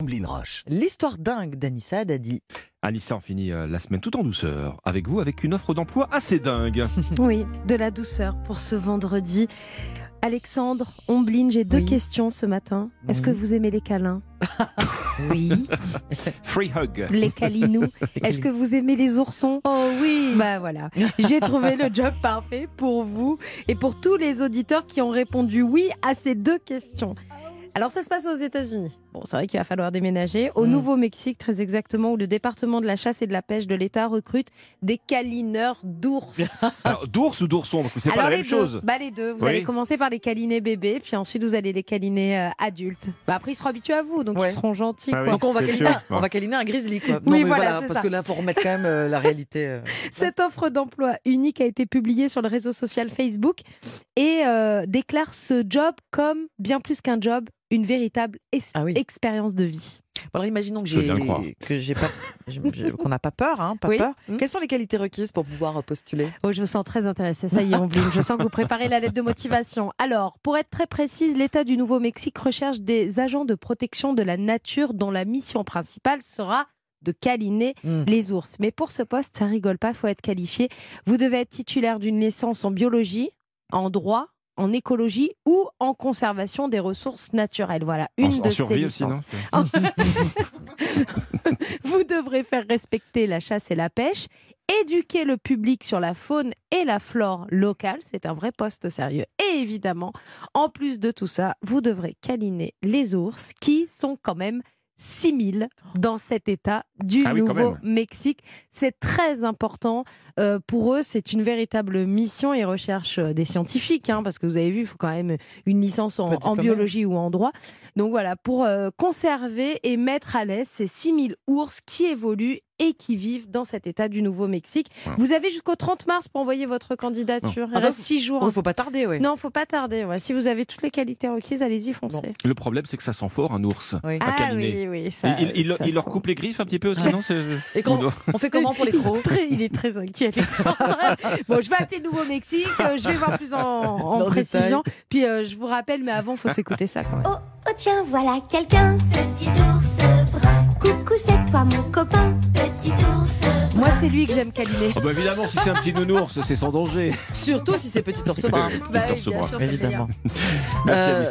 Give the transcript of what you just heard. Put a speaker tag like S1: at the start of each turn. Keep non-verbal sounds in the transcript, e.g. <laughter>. S1: Caroline Roche.
S2: L'histoire dingue d'Anissa Dadi.
S3: Anissa, on finit euh, la semaine tout en douceur avec vous, avec une offre d'emploi assez dingue.
S4: Oui, de la douceur pour ce vendredi. Alexandre, Ombline, j'ai deux
S2: Oui.
S4: questions ce matin. Est-ce que
S2: Oui.
S4: vous aimez
S2: <laughs>
S4: les câlins
S2: Oui.
S3: Free hug.
S4: Les câlinous Est-ce que vous aimez les oursons
S2: Oh oui
S4: Bah voilà, j'ai trouvé le job parfait pour vous et pour tous les auditeurs qui ont répondu oui à ces deux questions. Alors ça se passe aux États-Unis. Bon, c'est vrai qu'il va falloir déménager. Au
S2: Mm.
S4: Nouveau-Mexique, très exactement, où le département de la chasse et de la pêche de l'État recrute des câlineurs d'ours.
S3: Alors, d'ours ou d'ourson Parce que c'est pas
S4: Alors,
S3: la
S4: les
S3: même
S4: deux.
S3: chose.
S4: Bah, les deux. Vous
S3: Oui.
S4: allez commencer par les câliner bébés, puis ensuite vous allez les câliner euh, adultes. Bah, après, ils seront habitués à vous, donc
S2: Ouais.
S4: ils seront gentils.
S3: Ah
S4: quoi.
S2: Donc on va,
S3: C'est
S2: câliner,
S3: sûr.
S2: un- on va câliner un grizzly quoi.
S4: Oui, voilà, c'est
S2: parce
S4: ça.
S2: que là faut remettre quand même euh, la réalité. euh.
S4: <laughs> Cette offre d'emploi unique a été publiée sur le réseau social Facebook et euh, déclare ce job comme bien plus qu'un job, une véritable es-
S2: Ah oui.
S4: expérience de vie.
S2: Bon, Alors imaginons que
S3: Je veux
S2: j'ai
S3: bien le croire.
S2: que j'ai pas je- je- qu'on n'a pas peur hein, pas
S4: Oui.
S2: peur.
S4: Mm.
S2: Quelles sont les qualités requises pour pouvoir euh, postuler
S4: Oh, je vous sens très intéressée. Ça y est, Ombline. Je sens que vous préparez la lettre de motivation. Alors, pour être très précise, l'État du Nouveau-Mexique recherche des agents de protection de la nature dont la mission principale sera de câliner
S2: Mm.
S4: les ours. Mais pour ce poste, ça rigole pas, faut être qualifié. Vous devez être titulaire d'une licence en biologie, en droit, en écologie ou en conservation des ressources naturelles. Voilà, une
S3: En-
S4: de
S3: en,
S4: ces
S3: survie aussi,
S4: licences.
S3: non
S4: <laughs> Vous devrez faire respecter la chasse et la pêche, éduquer le public sur la faune et la flore locale, c'est un vrai poste sérieux. Et évidemment, en plus de tout ça, vous devrez câliner les ours qui sont quand même 6000 dans cet état du
S3: Ah oui, quand même.
S4: Nouveau-Mexique. C'est très important euh, pour eux, c'est une véritable mission. Ils recherchent euh, des scientifiques, hein, parce que vous avez vu, il faut quand même une licence en,
S2: Faut être
S4: en
S2: diplômé.
S4: biologie ou en droit. Donc voilà, pour euh, conserver et mettre à l'aise ces 6000 ours qui évoluent et qui vivent dans cet état du Nouveau-Mexique.
S3: Voilà.
S4: Vous avez jusqu'au 30 mars pour envoyer votre candidature. Il
S2: Ah bah,
S4: reste 6 jours.
S2: Il faut pas tarder oui.
S4: Non, faut pas tarder. ouais. Si vous avez toutes les qualités requises, allez-y, foncez.
S3: Le problème, c'est que ça sent fort un ours.
S2: Oui.
S3: À
S4: Ah
S3: câliner.
S4: oui, oui, ça.
S3: il il- il-
S4: ça
S3: il leur
S4: sent. Ah
S3: coupe les griffes un petit peu aussi, non c'est-
S2: Et quand-
S3: Ou non
S2: On fait comment pour les
S3: <laughs>
S2: crocs
S4: Très- il est très inquiet, Alexandre. bon, je vais appeler le Nouveau-Mexique, euh, je vais voir plus en, en
S2: Dans le
S4: précision. Puis euh, je vous rappelle, mais avant,
S3: <laughs>
S4: faut s'écouter ça quand même.
S5: Oh, oh tiens, voilà quelqu'un. Petit ours brun. Coucou, c'est toi mon copain. Petit ours
S4: Moi, c'est lui que j'aime câliner.
S3: Ah bah évidemment, si c'est un petit nounours, c'est sans danger.
S2: Surtout si c'est petit ours brun.
S3: Bah oui, bien
S2: Évidemment.
S3: Merci
S2: Euh,
S3: Anissa.